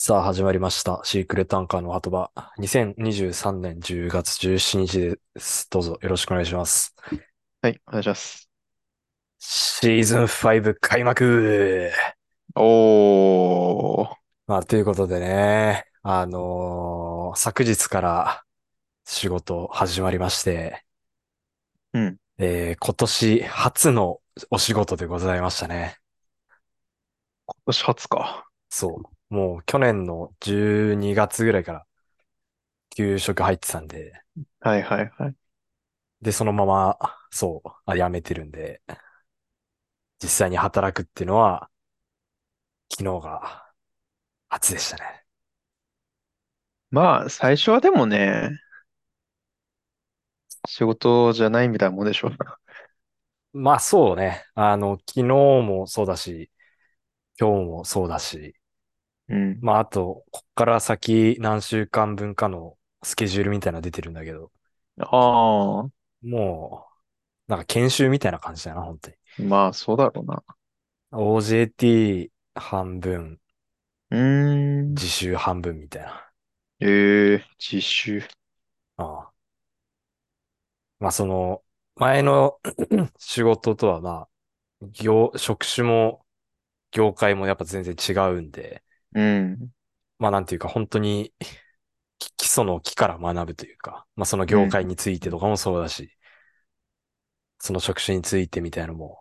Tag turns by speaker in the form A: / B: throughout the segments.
A: さあ、始まりました。シークレットアンカーの鳩場。2023年10月17日です。どうぞよろしくお願いします。
B: はい、お願いします。
A: シーズン5開幕
B: おー。
A: まあ、ということでね、あのー昨日から仕事始まりまして、
B: うん。
A: えー今年初のお仕事でございましたね。
B: 今年初か。
A: そう。もう去年の12月ぐらいから休職入ってたんで、
B: はいはいはい。
A: で、そのまま、そう、あ、辞めてるんで、実際に働くっていうのは、昨日が初でしたね。
B: まあ、最初はでもね、仕事じゃないみたいなもんでしょ。
A: まあ、そうね。あの、昨日もそうだし、今日もそうだし、
B: うん。
A: まあ、あと、こっから先何週間分かのスケジュールみたいなの出てるんだけど、
B: ああ、
A: もう、なんか研修みたいな感じだな、本当に。
B: まあそうだろうな。
A: OJT 半分、
B: うーん。
A: 自習半分みたいな。
B: ええ、実習。
A: ああまあ、その、前の 仕事とは、まあ、業、職種も、業界もやっぱ全然違うんで、
B: うん。
A: まあ、なんていうか、本当に、 き基礎の木から学ぶというか、まあ、その業界についてとかもそうだし、その職種についてみたいなのも、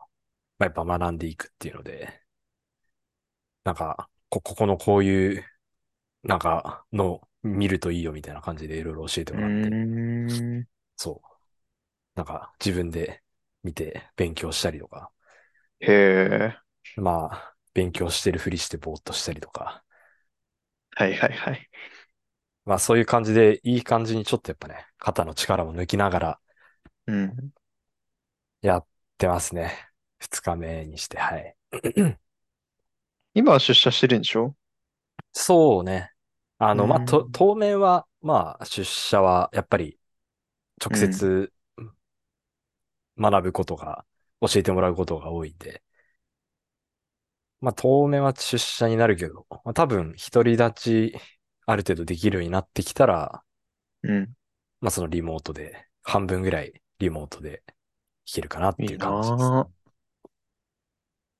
A: まあ、やっぱ学んでいくっていうので、なんか、こ、ここのこういう、なんか、の見るといいよみたいな感じでいろいろ教えて
B: う
A: もらって、
B: ーん。
A: そう。なんか、自分で見て勉強したりとか、
B: へえ。
A: まあ、勉強してるふりしてぼーっとしたりとか、
B: はいはいはい。
A: まあそういう感じで、いい感じにちょっとやっぱね、肩の力も抜きながら
B: うん。
A: やってますね。二日目にして、はい。
B: 今は出社してるんでしょ
A: そうね。あ
B: う
A: の、まあ、と、
B: ん。
A: 当面は、まあ、出社は、やっぱり、
B: う
A: 直
B: ん。
A: 接学ぶことが、教えてもらうことが多いんで、まあ、当面は出社になるけど、まあ、多分、独り立ち、ある程度できるようになってきたら、
B: うん。
A: まあ、そのリモートで、半分ぐらいリモートで弾けるかなっ
B: い
A: てい
B: いう
A: 感じです。
B: なぁ。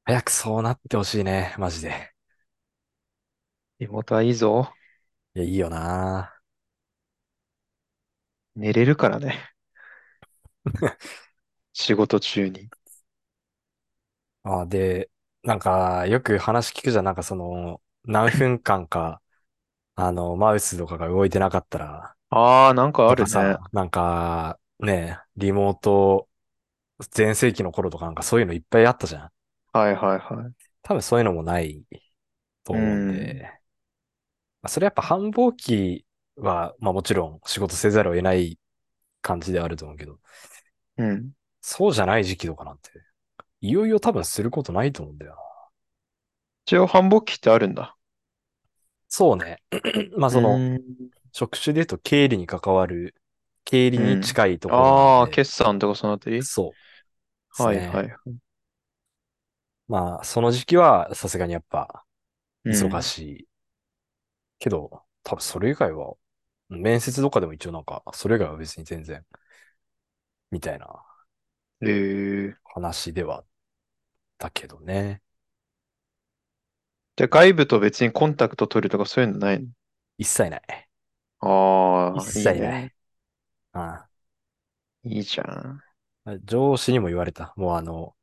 A: 早くそうなってほしいね、マジで。
B: リモートはいいぞ。
A: いや、いいよな。
B: 寝れるから ね。仕事中に。
A: あ、で、なんか、よく話聞くじゃん。なんかその、何分間か、あの、マウスとかが動いてなかったら、
B: ああ、なんかあ
A: と
B: る
A: か
B: ね。
A: さ、なんか、ね、リモート、全盛期の頃とかなんかそういうのいっぱいあったじゃん。
B: はいはいはい。
A: 多分そういうのもないと
B: う
A: 思うん
B: ん。
A: で、まあそれやっぱ繁忙期は、まあもちろん仕事せざるを得ない感じではあると思うけど、
B: うん。
A: そうじゃない時期とかなんて、いよいよ多分することないと思うんだよな。
B: 一応繁忙期ってあるんだ。
A: そうね。 まあ
B: う
A: その、
B: ーん。
A: 職種で言うと経理に関わる、経理に
B: うん。
A: 近いところなん
B: ああ、
A: で、
B: 決算とかそのあたり
A: そうです
B: はいは
A: ね。
B: い。
A: まあその時期はさすがにやっぱ
B: う
A: 忙
B: ん。
A: しいけど、多分それ以外は、面接とかでも一応なんか、それ以外は別に全然、みたいな
B: ええ。
A: 話ではだけどね。
B: じゃあ外部と別にコンタクト取るとかそういうのないの
A: 一切ない。一
B: ああ、いい
A: 切な
B: ね。
A: い。あ
B: いいじゃん。
A: あ上司にも言われた。もうあの、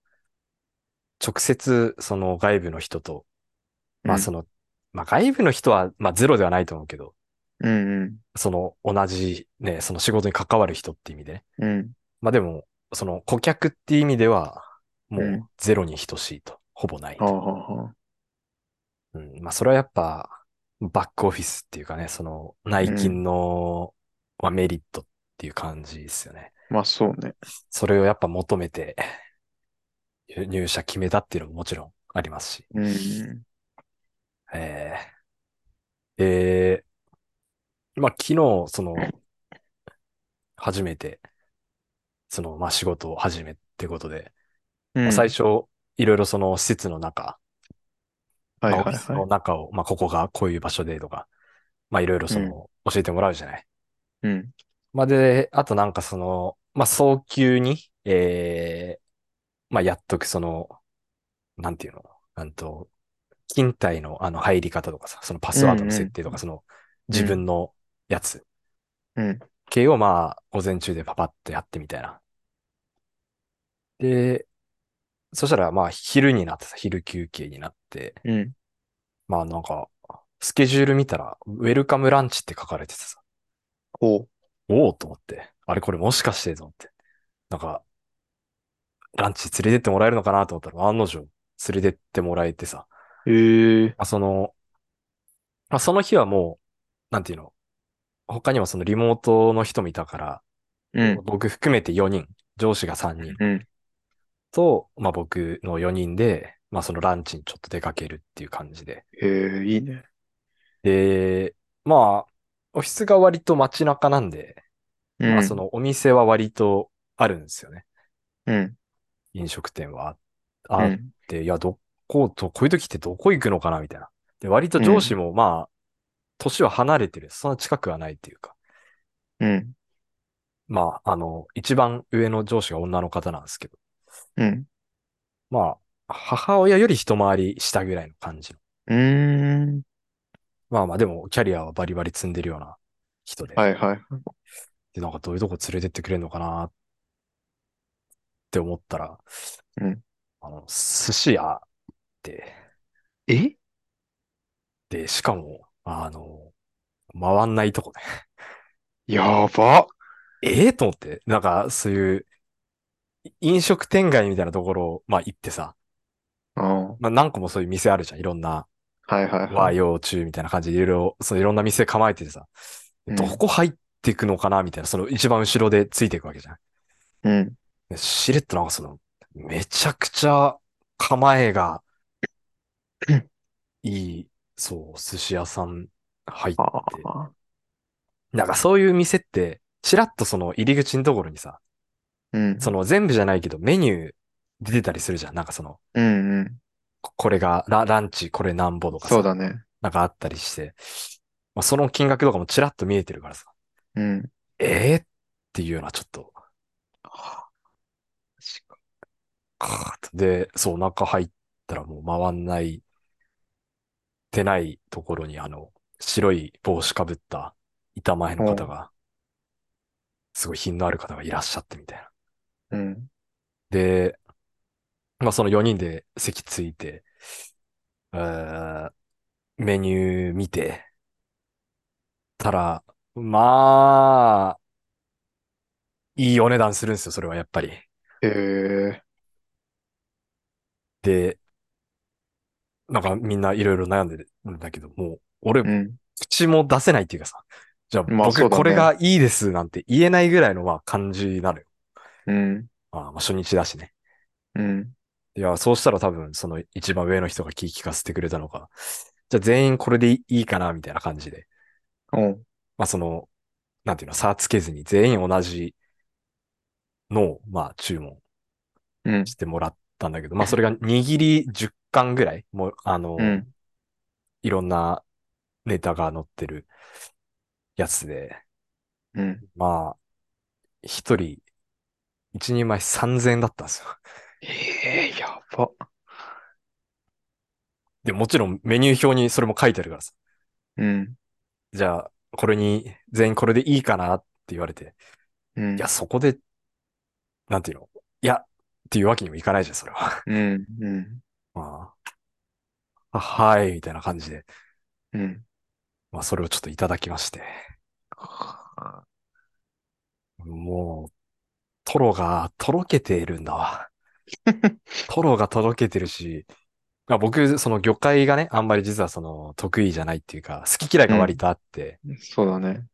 A: 直接その外部の人と、
B: う
A: まあそ
B: ん。
A: の、まあ外部の人は、まあゼロではないと思うけど、
B: うんうん。
A: その同じね、その仕事に関わる人って意味でね。
B: うん。
A: まあでも、その顧客って意味では、
B: う。
A: もうんゼロに等しいと。ほぼない
B: は
A: と。
B: あはあはあ。
A: うん。まあそれはやっぱ、バックオフィスっていうかね、その内
B: う
A: 勤
B: ん。
A: の、まあ、メリットっていう感じですよね。
B: まあそうね。
A: それをやっぱ求めて入入社決めたっていうのももちろんありますし。
B: うん。
A: えー、えー、まあ昨日、その、初めて、その、まあ仕事を始めってことで、
B: う
A: まあ、最
B: ん。
A: 初、いろいろその施設の中、
B: はい
A: まあ
B: は
A: オ
B: い
A: フィス
B: は
A: の
B: い。
A: 中を、まあ、ここがこういう場所でとか、まあ、いろいろその、教えてもらうじゃない。
B: うん。
A: まあ、で、あとなんかその、まあ、早急に、ええまあ、やっとくその、なんていうの、なんと、勤怠のあの入り方とかさ、そのパスワードの設定とか、その、自分のやつ
B: うん。
A: 系をまあ、午前中でパパッとやってみたいな。で、そしたらまあ、昼になってさ、昼休憩になって、
B: うん。
A: まあなんか、スケジュール見たら、ウェルカムランチって書かれててさ、
B: おう。
A: おおと思って、あれこれもしかしてと思って、なんか、ランチ連れてってもらえるのかなと思ったら、案の定、連れてってもらえてさ、
B: ええ。
A: まあ、その、まあ、その日はもう、なんていうの、他にもそのリモートの人もいたから、
B: うん。
A: 僕含めて4人、上司が3人
B: うん。
A: と、まあ僕の4人で、まあそのランチにちょっと出かけるっていう感じで。
B: ええ、いいね。
A: で、まあ、オフィスが割と街中なんで、
B: う
A: まあ
B: ん。
A: そのお店は割とあるんですよね。
B: うん。
A: 飲食店は
B: う
A: あっ
B: ん。
A: て、いや、どこと、こういう時ってどこ行くのかなみたいな。で、割と上司もまあ、年は離れてる。そんな近くはないっていうか。
B: うん。
A: まあ、あの、一番上の上司が女の方なんですけど、
B: うん。
A: まあ、母親より一回り下ぐらいの感じの。
B: うーん。
A: まあまあ、でも、キャリアはバリバリ積んでるような人で。
B: はいはい。
A: で、なんかどういうとこ連れてってくれるのかなって思ったら、
B: うん
A: あの、寿司屋で、
B: え
A: で、しかも、あの、回んないとこね。
B: やば。
A: ええと思って、なんかそういうい飲食店街みたいなところを、まあ行ってさ、
B: うん。は
A: まあ何個もそういう店あるじゃん。いろんな
B: いはい
A: 和
B: はい。
A: 洋中みたいな感じでいろいろ、そういろんな店構えててさ、
B: うん
A: どこ入っていくのかなみたいな、その一番後ろでついていくわけじゃん。
B: うん。
A: でしれっとなんかその、めちゃくちゃ構えが
B: うん
A: いい、そう、寿司屋さん入っ
B: あ
A: て。
B: あ。
A: なんかそういう店って、ちらっとその入り口のところにさ、
B: うん。
A: その全部じゃないけどメニュー出てたりするじゃん。なんかその、
B: うんうん。
A: ここれがラ、ランチ、これなんぼとか
B: そう
A: さ、
B: だね。
A: なんかあったりして、まあ、その金額とかもちらっと見えてるからさ、
B: うん。確
A: ええっていうのはちょっと、
B: か
A: カーッとで、そう、中入ったらもう回んない、てないところにあの、白い帽子かぶった板前の方が、すごい品のある方がいらっしゃってみたいな。
B: うん。
A: で、まあその4人で席ついて、えーメニュー見て、たら、まあ、いいお値段するんですよ、それはやっぱり。
B: へえ。
A: で、なんかみんないろいろ悩んでるんだけど、もう、俺、
B: うん。
A: 口も出せないっていうかさ、じゃあ、
B: まあそ
A: 僕、
B: うだね
A: これがいいですなんて言えないぐらいの、まあ、感じなのよ。
B: うん。
A: まあ、まあ初日だしね。
B: うん。
A: いや、そうしたら多分、その一番上の人が気聞かせてくれたのか、じゃあ全員これでいいかな、みたいな感じで。
B: おう。
A: まあ、その、なんていうの、差つけずに全員同じのを、まあ、注文
B: うん。
A: してもらったんだけど、まあ、それが握り10巻ぐらい、もう、あの、
B: うん。
A: いろんなネタが載ってるやつで、
B: うん。
A: まあ、一人、一人前3000円だったんですよ。
B: ええ、やば。
A: で、もちろんメニュー表にそれも書いてあるからさ。
B: うん。
A: じゃあ、これに、全員これでいいかなって言われて、
B: うん
A: いや、。そこで、なんていうのいや、っていうわけにもいかないじゃん、それは。
B: うん。うん。
A: まあ、あはい、みたいな感じで、
B: うん。
A: まあ、それをちょっといただきまして。もう、トロがとろけてるんだわ。トロがとろけてるし、まあ、僕、その魚介がね、あんまり実はその得意じゃないっていうか、好き嫌いが割とあって、
B: そうだね。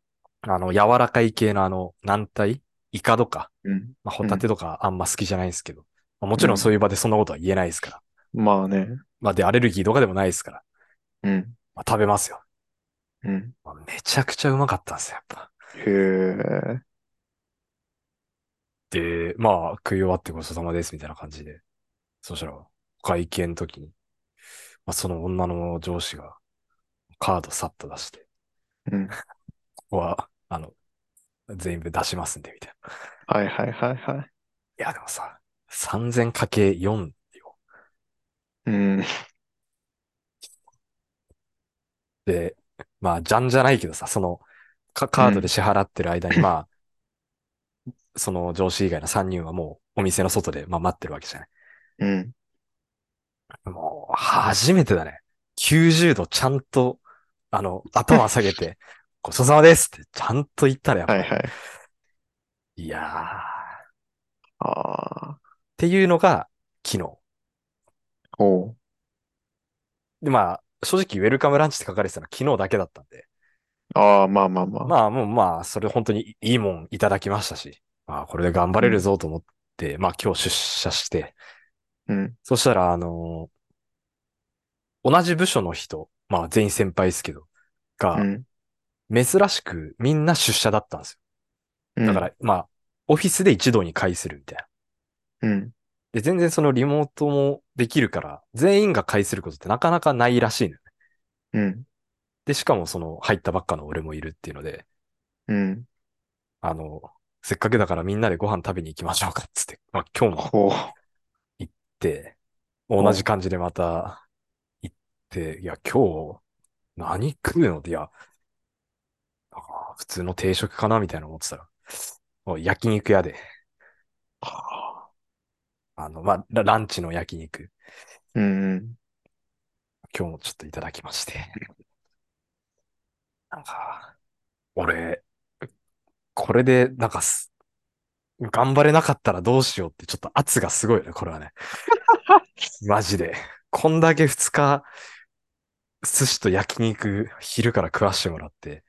A: あの、柔らかい系のあの、軟体、イカとか、
B: うん。
A: まあ、ホタテとかあんま好きじゃないんですけど、まあもちろんそういう場でそんなことは言えないですから。
B: まあね。
A: まあ、で、アレルギーとかでもないですから、
B: うん。
A: まあ、食べますよ。
B: うん。
A: まあめちゃくちゃうまかったんですよ、やっぱ。
B: へえ。
A: で、まあ、食い終わってごちそうさまです、みたいな感じで。そしたら、会計の時に、まあ、その女の上司がカードさっと出して、
B: うん。
A: ここは、あの、全部出しますんで、みたいな。
B: はいはいはいはい
A: や、でもさ、3000×4 よ。
B: い。うん。
A: で、まあ、じゃんじゃないけどさ、その、かカードで支払ってる間に、まあ、その上司以外の3人はもうお店の外で、まあ、待ってるわけじゃない。
B: うん。
A: もう、初めてだね。90度ちゃんと、あの、頭下げて、 ごちそうさまですってちゃんと言ったらやっぱ
B: は
A: り、
B: いはい。
A: いやー、っ
B: ああ。
A: ていうのが昨日。
B: おう。
A: で、まあ、正直ウェルカムランチって書かれてたのは昨日だけだったんで、
B: ああ、まあまあまあ。
A: まあもうまあ、それ本当にいいもんいただきましたし、まあこれで頑張れるぞと思って、まあ今日出社して、
B: うん。
A: そしたらあのー同じ部署の人、まあ全員先輩ですけど、が
B: う、ん。
A: 珍しくみんな出社だったんです
B: うん
A: よ。だか、ら、まあ、オフィスで一堂に会するみたいな。
B: うん。
A: で、全然そのリモートもできるから、全員が会することってなかなかないらしいのよね。
B: うん。
A: で、しかもその入ったばっかの俺もいるっていうので、
B: うん。
A: あの、せっかくだからみんなでご飯食べに行きましょうかっつって、まあ今日も
B: ほう。
A: って、同じ感じでまた行って、いや、今日、何食うのって、いや、なんか普通の定食かなみたいな思ってたら、もう焼肉屋で、あの、まあ、ラランチの焼肉、
B: うんうん。
A: 今日もちょっといただきまして。 なんか、俺、これで、なんかす、頑張れなかったらどうしようって、ちょっと圧がすごいよね、これは ね。マジで。こんだけ2日、寿司と焼肉、昼から食わしてもらって、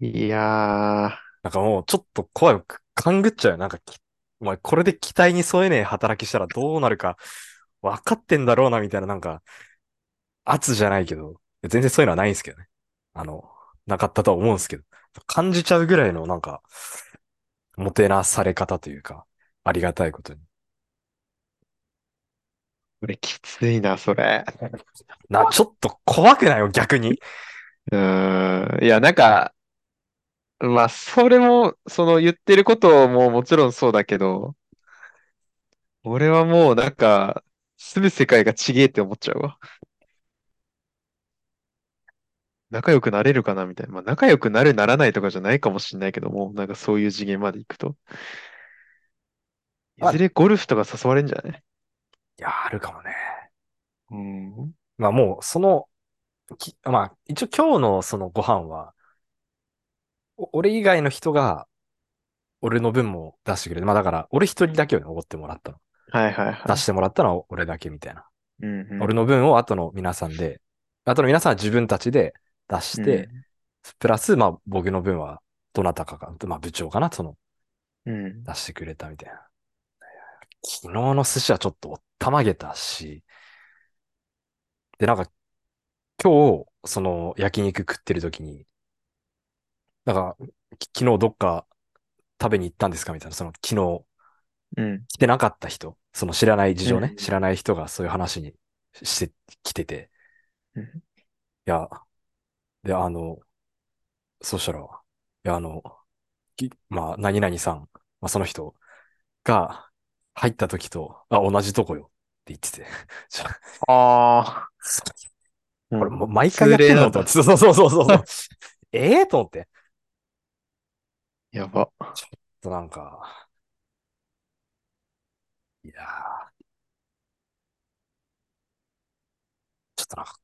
B: いやー。
A: なんかもうちょっと怖い、勘ぐっちゃうよ。なんかき、お前これで期待に添えねえ働きしたらどうなるか、分かってんだろうな、みたいな、なんか、圧じゃないけど、いや全然そういうのはないんですけどね。あの、なかったとは思うんですけど、感じちゃうぐらいの、なんか、もてなされ方というか、ありがたいことに。
B: これきついな、それ。
A: な、ちょっと怖くないよ、逆に。
B: うーん。いや、なんか、まあ、それも、その言ってることももちろんそうだけど、俺はもうなんか、住む世界がちげえって思っちゃうわ。仲良くなれるかなみたいな。まあ、仲良くなるならないとかじゃないかもしれないけども、なんかそういう次元まで行くと。い
A: まあ
B: ずれゴルフとか誘われんじゃない
A: いや、あるかもね。
B: うん。
A: まあもう、その、きまあ、一応今日のそのご飯は、お俺以外の人が、俺の分も出してくれて、まあだから、俺一人だけをね、おごってもらったの。
B: はいはいはい。
A: 出してもらったのは俺だけみたいな。
B: うんうん
A: 俺の分を後の皆さんで、後の皆さんは自分たちで出して、プラス、まあ僕の分は、どなたかが、まあ部長かな、その、
B: うんうん
A: 出してくれたみたいな。昨日の寿司はちょっとおったまげたし、で、なんか、今日、その焼肉食ってる時に、なんか、き昨日どっか食べに行ったんですかみたいな、その昨日
B: うん。
A: 来てなかった人、その知らない事情ね、
B: うん
A: 知らない人がそういう話にしてきてて、
B: うん
A: いや、で、あの、そしたら、いや、あの、きまあ、何々さん、まあ、その人が入った時と、あ、同じとこよって言って て。ちょ
B: ああ。
A: これ、もう毎回やってんのと思って。そうそうそうそう そう。ええと思って。
B: やば。
A: と、なんか、いやーちょっとなんか、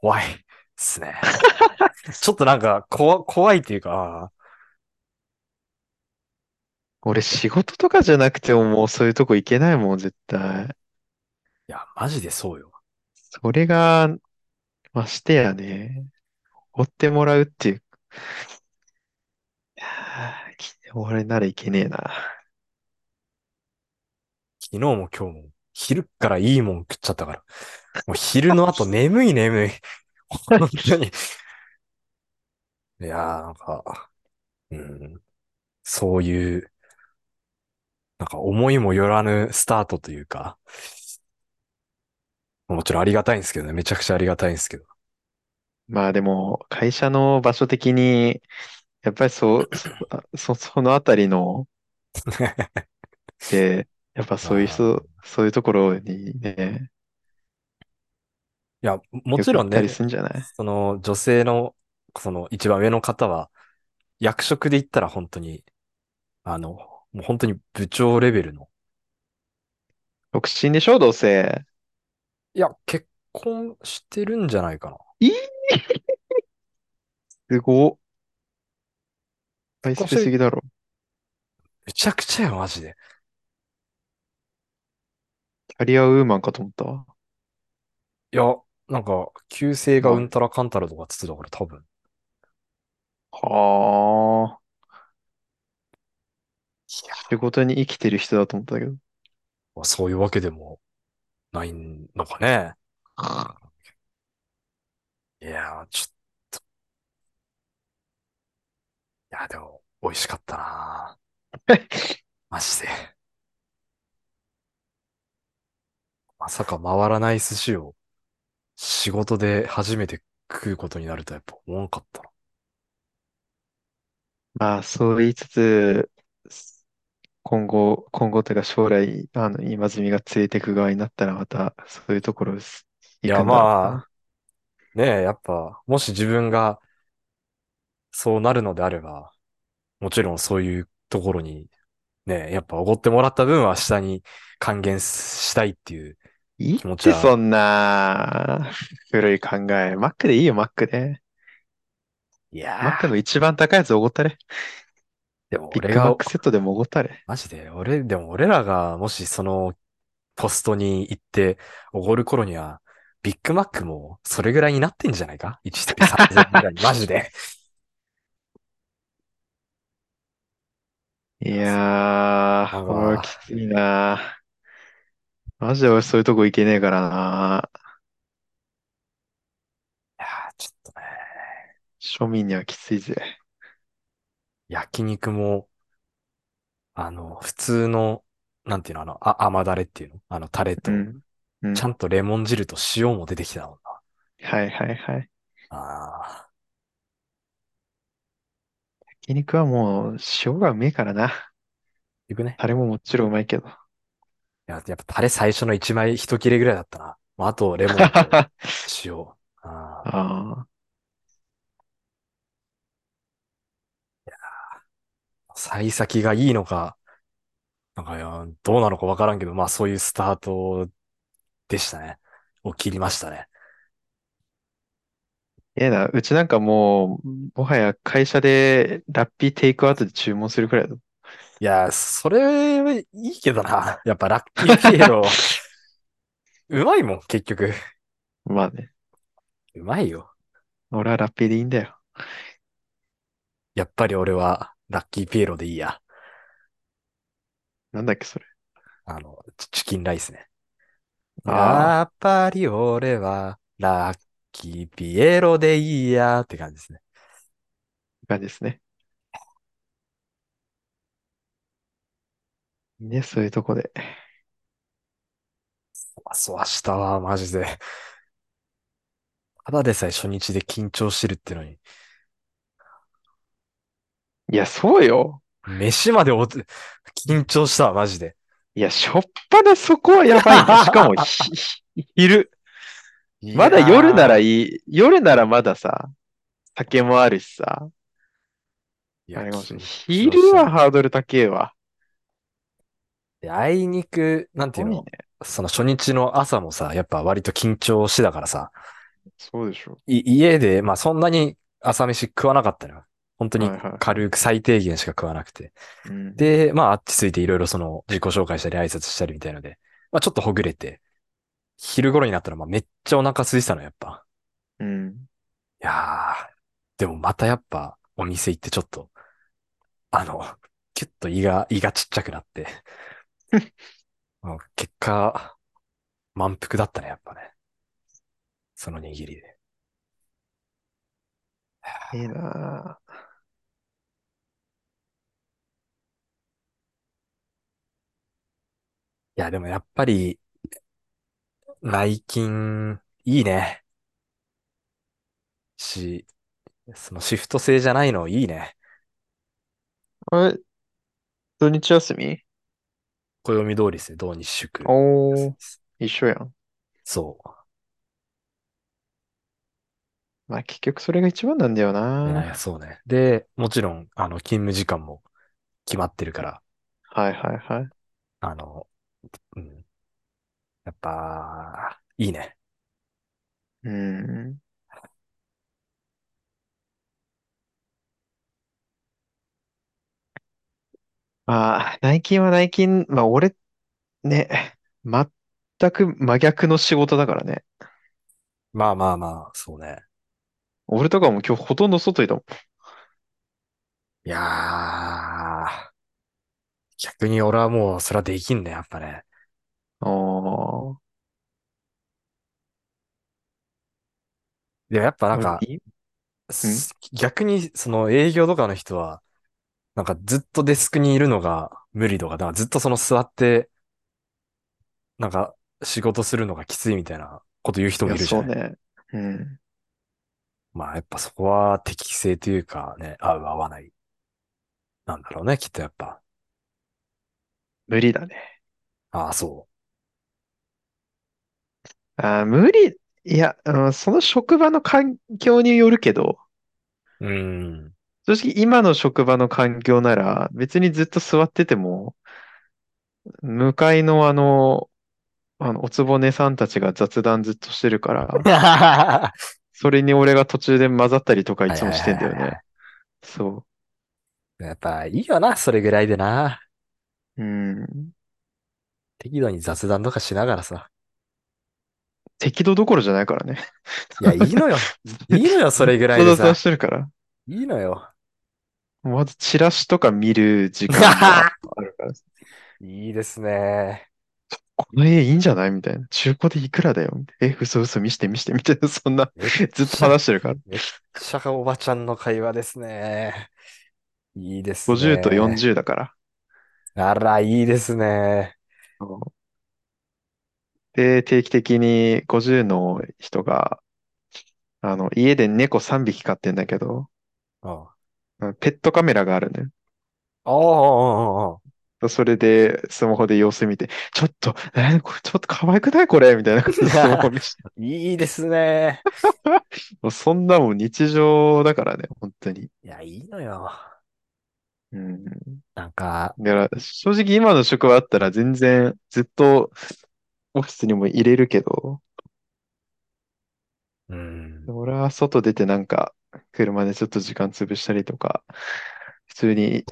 A: 怖いっすね。ちょっとなんか、こわ、怖いっていうか、
B: 俺仕事とかじゃなくてももうそういうとこ行けないもん、絶対。
A: いや、マジでそうよ。
B: それが、ましてやね、おごってもらうっていう。いやーき俺ならいけねえな。
A: 昨日も今日も、昼からいいもん食っちゃったから。もう昼の 後、眠い眠い。本当に。いやー、なんか、うん、そういう、なんか思いもよらぬスタートというか、もちろんありがたいんですけどね。めちゃくちゃありがたいんですけど。
B: まあでも、会社の場所的に、やっぱりそう、そ、そそのあた りの、で、やっぱそういう
A: ま
B: 人、そういうところにね、
A: いや、もちろん
B: よく行ったり
A: ね、
B: するんじゃない
A: その女性の、その一番上の方は、役職で言ったら本当に、あの、もう本当に部長レベルの。
B: 独身でしょ、どうせ。
A: いや、結婚してるんじゃないかな。
B: すご。愛されすぎだろ。
A: めちゃくちゃよ、マジで。
B: キャリアウーマンかと思ったわ。
A: いや、なんか、旧姓がうんたらかんたらとかつつだから多分。
B: はあ。
A: いや
B: 仕事に生きてる人だと思ったけど。
A: まあそういうわけでもないのかね。いやー、ちょっと。いや、でも、美味しかった なマジで。まさか回らない寿司を仕事で初めて食うことになるとやっぱ思わんかったな。
B: まあ、そう言いつつ、今後、今後というか将来、あの、今住みが連れてく側になったらまた、そういうところす
A: い
B: 行
A: や
B: くんだろう
A: まあ
B: な。
A: ねえ、やっぱ、もし自分がそうなるのであれば、もちろんそういうところに、ねえ、やっぱおごってもらった分は下に還元したいっていう
B: いいっ
A: 気持ち
B: て
A: は
B: そんな、古い考え。マックでいいよ、マックで。
A: い
B: マッ
A: や
B: クの一番高いやつおごったれ。
A: でも
B: ビッ
A: 俺
B: グマッ
A: が、
B: クセットでもおごったれ。
A: マジで、俺、でも俺らがもしそのポストに行っておごる頃には、ビッグマックもそれぐらいになってんじゃないか ?1 人3000円ぐ らい。マジで。
B: いや
A: な
B: ー、
A: ん
B: これは
A: か、
B: きついな。マジで俺そういうとこ行けねえからな。
A: いやーちょっとね、
B: 庶民にはきついぜ。
A: 焼肉も、あの、普通の、なんていうの、あの、あ、甘だれっていうのあの、タレ
B: う
A: と、
B: ん。うん。
A: ちゃんとレモン汁と塩も出てきたもん
B: はいはいはい。
A: な。あ
B: 焼肉はもう塩がうめえからな。
A: ー、いくね。
B: タレももちろんうまい けど。
A: いや、やっぱタレ最初の1枚1切れぐらいだったな。まあ、あと、レ モンと
B: あ
A: 塩。あー
B: あ。
A: 幸先がいいのか、なんかいや、どうなのかわからんけど、まあそういうスタートでしたね。を切りましたね。
B: ええな。うちなんかもう、もはや会社でラッピーテイクアウトで注文するくらいだ。
A: いや、それはいいけどな。やっぱラッキーピエロ、 うまいもん、結局。
B: まあね。
A: うまいよ。
B: 俺はラッピーでいいんだよ。
A: やっぱり俺はラッキーピエロでいいや。
B: なんだっけそれ。
A: あの、チチキンライスね。
B: あ
A: やっぱり俺はラッキーピエロでいいやって感じですね。
B: 感じですね。いいね、そういうとこで。
A: あ、そう、明日はマジで。ただでさえ初日で緊張してるってのに。
B: いや、そうよ。
A: 飯までおつ、緊張したわ、マジで。
B: いや、しょっぱなそこはやばい ね。しかもひ、ひ昼。まだ夜なら
A: い
B: いい。夜ならまださ、酒もあるしさ。
A: や
B: あ
A: ー。い
B: れ
A: や、
B: かもしれな
A: 緊張
B: い。昼
A: した
B: はハードル高えわ。
A: であいにく、なんて
B: す
A: いう
B: ごい
A: の
B: ね。
A: その初日の朝もさ、やっぱ割と緊張してたからさ、
B: そうでしょ。
A: い家で、まあそんなに朝飯食わなかったのよ。本当に
B: はいはい
A: 軽く最低限しか食わなくて。
B: うん。
A: で、まああっちついていろいろその自己紹介したり挨拶したりみたいので、まあちょっとほぐれて、昼頃になったらまあめっちゃお腹空いてたの、やっぱ。
B: うん。
A: いやー、でもまたやっぱお店行ってちょっと、あの、キュッと胃が、胃がちっちゃくな って、もう結果、満腹だったね、やっぱね。その握りで。
B: いいなぁ。
A: いや、でもやっぱり、内勤、いいね。し、そのシフト制じゃないのいいね。
B: あれ、土日休み
A: 暦通りですね。土日祝。
B: おー、一緒やん。
A: そ
B: まあ結局それが一番なんだよ
A: う。
B: な。
A: ねそうね。で、もちろん、あの、勤務時間も決まってるから、
B: はいはいはい。
A: あの、うん。やっぱ、いいね。
B: うん。まあ、内勤は内勤、まあ俺、ね、全く真逆の仕事だからね。
A: まあまあまあ、そうね。
B: 俺とかも今日ほとんど外いたもん。
A: いやー、逆に俺はもう、それはできんね、やっぱね。
B: あ
A: でもやっぱな
B: あ。
A: んか、
B: いい
A: す逆に、その営業とかの人は、なんかずっとデスクにいるのが無理とか、なんかずっとその座って、なんか仕事するのがきついみたいなこと言う人
B: い
A: もい
B: や、
A: るじゃ
B: そ
A: な
B: う
A: い。
B: ね。うん。
A: まあやっぱそこは適性というかね、合う合わない。なんだろうね、きっとやっぱ。
B: 無理だね。
A: ああ、そ
B: ああ、無理、いや、うん、その職場の環境によるけど、
A: う。うー ん。
B: 正直今の職場の環境なら別にずっと座ってても、向かいのあの、あの、おつぼねさんたちが雑談ずっとしてるから、
A: は
B: それに俺が途中で混ざったりとか
A: い
B: い
A: はい
B: つ
A: は
B: も
A: い
B: してんだよ
A: は
B: ね。そ
A: い。やっぱいいよな、それぐらいでな。
B: う。うん。
A: 適度に雑談とかしながらさ。
B: 適度どころじゃないからね。
A: いや、いいの よ。いいのよ、それぐらい
B: ず
A: で
B: っと雑談
A: さ。
B: してるから。
A: いいのよ。
B: まずチラシとか見る時間がある から。
A: いいですね。
B: この絵いいんじゃないみたいな。中古でいくらだよみたいな。え、嘘嘘見して見してみたいな。そんな、
A: めっ
B: ずっと話してるから。
A: めっちゃおばちゃんの会話ですね。いいですね。
B: 50と40だから。
A: あら、いいですね。
B: そうで、定期的に50の人が、あの、家で猫3匹飼ってんだけど、
A: うん。おう
B: うんペットカメラがあるんだよ。
A: おうおうおう
B: それで、スマホで様子見て、ちょっと、え、これちょっと可愛くないこれみたいな感じでスマホ見せて
A: いいですね。
B: もうそんなもん日常だからね、本当に。
A: いや、いいのよ。
B: うん。
A: なんか、
B: だから、正直今の職場あったら全然ずっとオフィスにも入れるけど、
A: うん。
B: 俺は外出てなんか、車でちょっと時間潰したりとか、普通に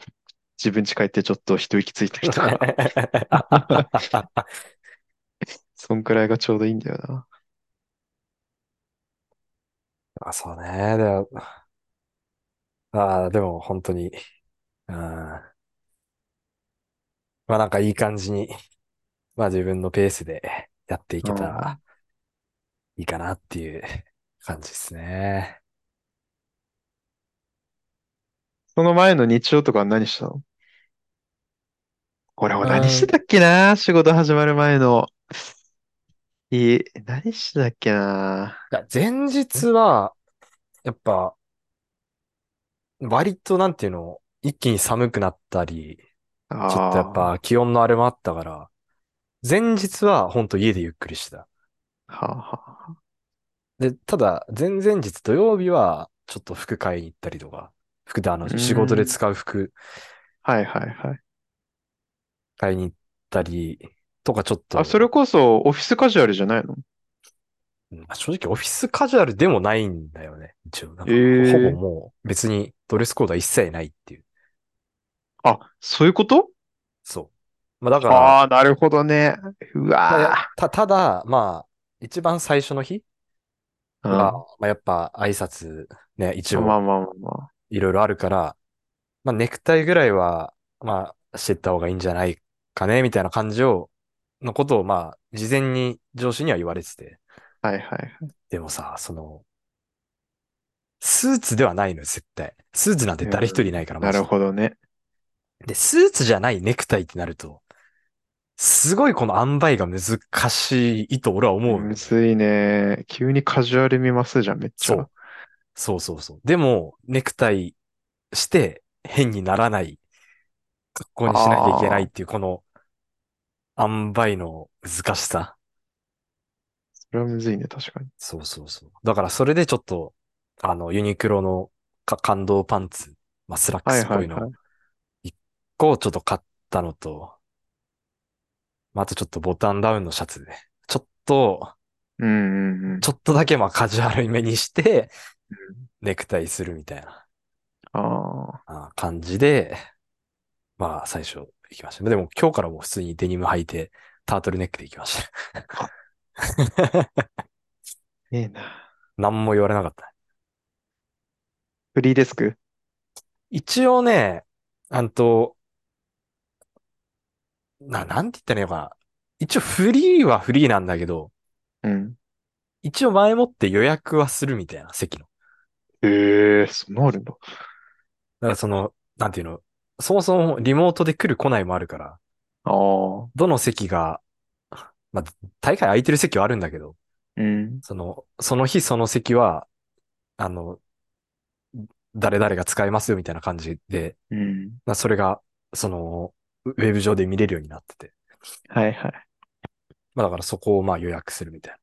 B: 自分家帰ってちょっと一息ついたり とか、そんくらいがちょうどいいんだよな。
A: あ、そうね。でも、ああ、でも本当に、うん。まあなんかいい感じに、まあ自分のペースでやっていけたらいいかなっていう感じですね。
B: その前の日曜とかは何したの俺も何してたっけな、仕事始まる前の。いい、何してたっけな。
A: いや前日は、やっぱ、割となんていうの、一気に寒くなったり、
B: あ
A: ちょっとやっぱ気温のあれもあったから、前日は本当家でゆっくりしてた。
B: あ、はあはあ
A: で、ただ、前々日土曜日は、ちょっと服買いに行ったりとか、服であの、
B: うん
A: 仕事で使う服
B: はいはいはい。
A: 買いに行ったりとか、ちょっと、
B: あ、それこそオフィスカジュアルじゃないの
A: うん正直オフィスカジュアルでもないんだよね。一応、なんか
B: えー
A: ほぼもう別にドレスコードは一切ないっていう。
B: あ、そういうこと
A: そう。まあだから、
B: ああ、なるほどね。うわ
A: たたただ、まあ、一番最初の日
B: ーうん
A: は、まあやっぱ挨拶ね、一
B: まあ
A: 応
B: まあまあまあ。
A: いろいろあるから、まあネクタイぐらいは、まあしてった方がいいんじゃないかね、みたいな感じを、のことをまあ、事前に上司には言われてて。
B: はいはいはい。
A: でもさ、その、スーツではないのよ、絶対。スーツなんて誰一人いないから、
B: な
A: マジ
B: る
A: で
B: ほどね。
A: で、スーツじゃないネクタイってなると、すごいこの塩梅が難しいと俺は思う。
B: むずいね。急にカジュアル見ますじゃん、めっちゃ。
A: そう。そうそうそう。でも、ネクタイして変にならない格好にしなきゃいけないっていう、この、塩梅の難しさ。
B: それはむずいね、確かに。
A: そうそうそう。だからそれでちょっと、あの、ユニクロのか感動パンツ、まあ、スラック
B: はい
A: スっぽ
B: はいいは
A: のを
B: い。
A: ちょっと買ったのと、まあ、あとちょっとボタンダウンのシャツで、ちょっと、
B: うんうんうん。
A: ちょっとだけまあカジュアルめにして、ネクタイするみたいな
B: あ
A: あー感じで、まあ最初行きましたね。でも今日からもう普通にデニム履いて、タートルネックで行きました。
B: あ。いいな。
A: 何も言われなかった。
B: フリーデスク
A: 一応ね、あんと、な、なんて言ったらいいのかな。一応フリーはフリーなんだけど、
B: うん。
A: 一応前もって予約はするみたいな、席の。
B: ええそんなあるんだ。
A: だからその、なんていうの、そもそもリモートで来る来ないもあるから、
B: ああ。
A: どの席が、まあ、大会空いてる席はあるんだけど、
B: うん。
A: その、その日その席は、あの、誰々が使えますよみたいな感じで、
B: うん。
A: まあそれが、その、ウェブ上で見れるようになってて。
B: はいはい。
A: まあだからそこをまあ予約するみたいな。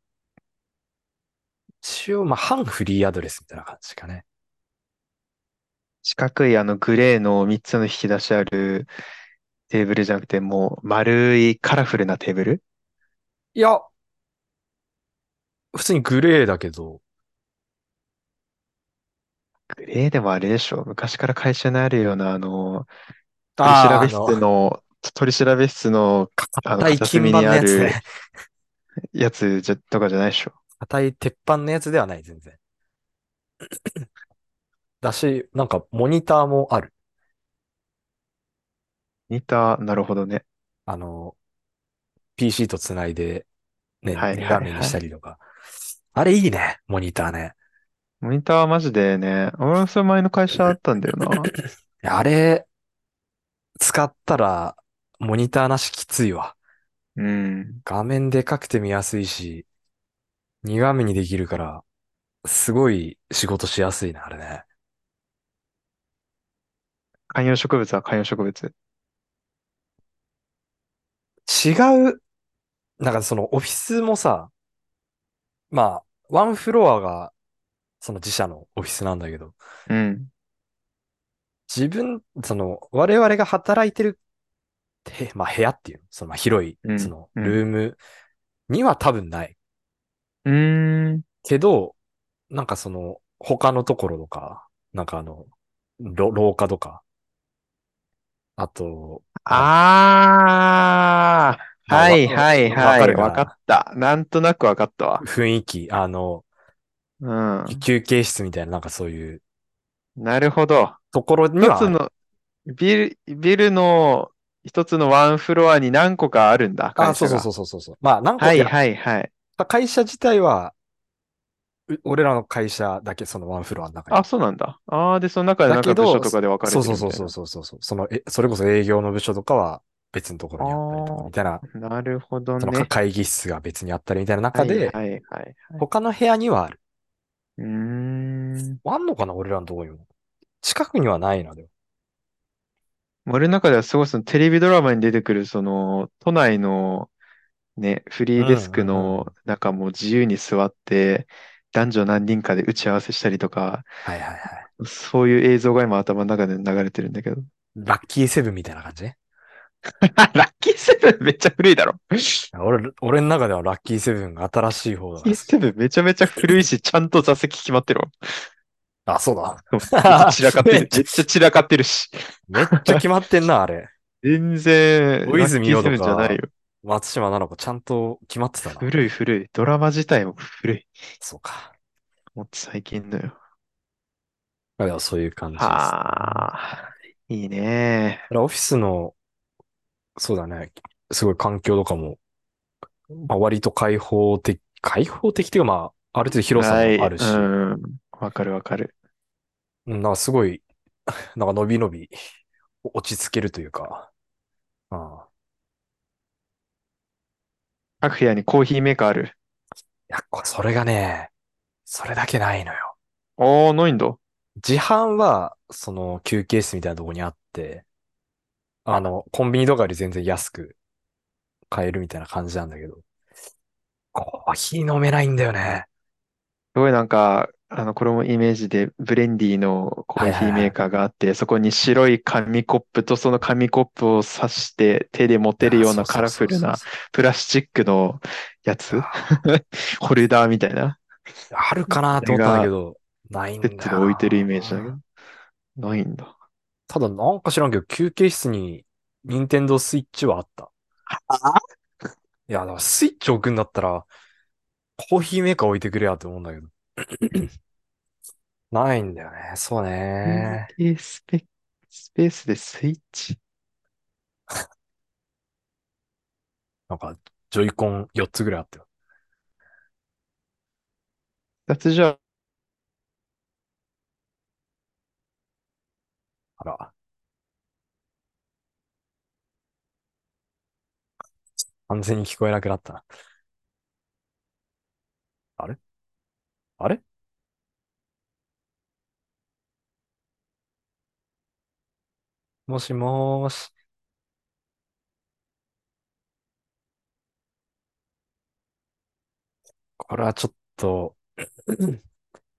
A: 一応、まあ半フリーアドレスみたいな感じかね。
B: 四角いあのグレーの3つの引き出しあるテーブルじゃなくて、もう丸いカラフルなテーブル
A: いや、普通にグレーだけど、
B: グレーでもあれでしょ昔から会社にあるような、あの、取
A: あー
B: 調べ室の、取調べ室のあの
A: 硬い
B: 片
A: 金
B: 隅
A: 板
B: に
A: の
B: あ
A: やつ
B: る
A: ね。
B: やつじゃとかじゃないでしょ
A: 硬い鉄板のやつではない、全然。だし、なんかモニターもある。
B: 似た、なるほどね。
A: あの、PC とつないで、ね、
B: はいはいはい
A: 画面にしたりとか。あれいいね、モニターね。
B: モニターはマジでね、俺もそれ前の会社あったんだ よな。
A: いやあれ、使ったら、モニターなしきついわ。
B: うん。
A: 画面でかくて見やすいし、2画面にできるから、すごい仕事しやすいな、あれね。
B: 観葉植物は観葉植物。
A: 違う、なんかそのオフィスもさ、まあ、ワンフロアが、その自社のオフィスなんだけど、
B: うん。
A: 自分、その、我々が働いてる、へまあ部屋っていうの、そのまあ広い、
B: うん
A: その、
B: うん
A: ルームには多分ない。
B: うーん。
A: けど、なんかその、他のところとか、なんかあの、ろ廊下とか、あと、ま
B: あー、
A: あ
B: はい
A: わ
B: はい
A: わか
B: はい。
A: るかな
B: わかった。なんとなくわかったわ。
A: 雰囲気、あの、
B: うん。
A: 休憩室みたいな、なんかそういう
B: なるほど。
A: ところに
B: 一
A: はあ
B: つ
A: る、
B: の、ビル、ビルの一つのワンフロアに何個かあるんだ、
A: あ、
B: 会
A: そ
B: 社
A: うそうそ
B: が。
A: うそうそうそう。まあ、何個
B: はい
A: か、
B: はいはい。
A: 会社自体は、う俺らの会社だけ、そのワンフロアの中に
B: あ、そうなんだ。あー、で、その中でなん
A: だけ
B: か
A: ど
B: 部署とかで分かれ
A: そう
B: て
A: そ
B: る
A: う
B: み
A: そうそう
B: たいな
A: そうそうそう。その、え、それこそ営業の部署とかは別のところにあったりと
B: あ
A: か、
B: ー
A: みたいな、
B: なるほど
A: その
B: ね。
A: 会議室が別にあったりみたいな
B: は
A: 中
B: い
A: で、
B: はいはいはい。
A: 他の部屋にはある。
B: うーん。
A: あんのかな俺らのところにも。近くにはないな、でも。
B: 俺の中ではすごいそのテレビドラマに出てくるその都内のね、フリーデスク
A: うんうんうん
B: の中も自由に座って男女何人かで打ち合わせしたりとか、
A: はいはいはい。
B: そういう映像が今頭の中で流れてるんだけど。
A: ラッキーセブンみたいな感じね。
B: ラッキーセブンめっちゃ古いだろ。ラッ
A: 俺、俺の中ではラッキーセブンが新しい方だ
B: キーセブンめちゃめちゃ古いし、ちゃんと座席決まってるわ。
A: あ、そうだ。
B: めっちゃ散らかって
A: めっ
B: る。
A: ちゃ
B: めっちゃ散らかってるし。
A: めっちゃ決まってんな、あれ。
B: 全然、
A: 大泉洋と
B: ラッキ
A: か
B: ーセブンじゃないよ。
A: 松島菜々子ちゃんと決まって たな。
B: 古い古い。ドラマ自体も古い。
A: そうか。
B: もう最近のよ。
A: まあでもそういう感じです。
B: はあ、いいね。
A: だからオフィスの、そうだね、すごい環境とかも、まあ、割と開放的、開放的っていうか、まあ、ある程度広さも
B: はい
A: あるし、
B: うん。わかるわかる。
A: うんなんかすごい、 なんか伸び伸び、お落ち着けるというか、ああ
B: 各部屋にコーヒーメーカーある。
A: や、こそれがね、それだけないのよ。
B: ああ、ないんだ。は
A: 自販は、その休憩室みたいなとこにあって、あの、コンビニとかより全然安く買えるみたいな感じなんだけど、コーヒー飲めないんだよね。
B: すごいなんか、あの、これもイメージで、ブレンディのコーヒーメーカーがあって、そこに白い紙コップとその紙コップを刺して手で持てるようなカラフルな
A: そうそうそう
B: プラスチックの やつ
A: あ
B: ホルダーみたいな。
A: そうあるかなと思ったんだけど、ないんだ
B: セ
A: よ
B: ッ
A: な
B: トで置いてるイメージだけど。ないんだ。
A: ただ、なんか知らんけど、休憩室に、ニンテンドースイッチはあった。いや、だからスイッチ置くんだったら、コーヒーメーカー置いてくれやと思うんだけど。 ないんだよね。そうね。
B: 休憩スペ、スペースでスイッチ。
A: なんか、ジョイコン4つぐらいあったよ。
B: 雑じゃ、
A: あら。完全に聞こえなくなったな。あれあれもしもーし。これはちょっと、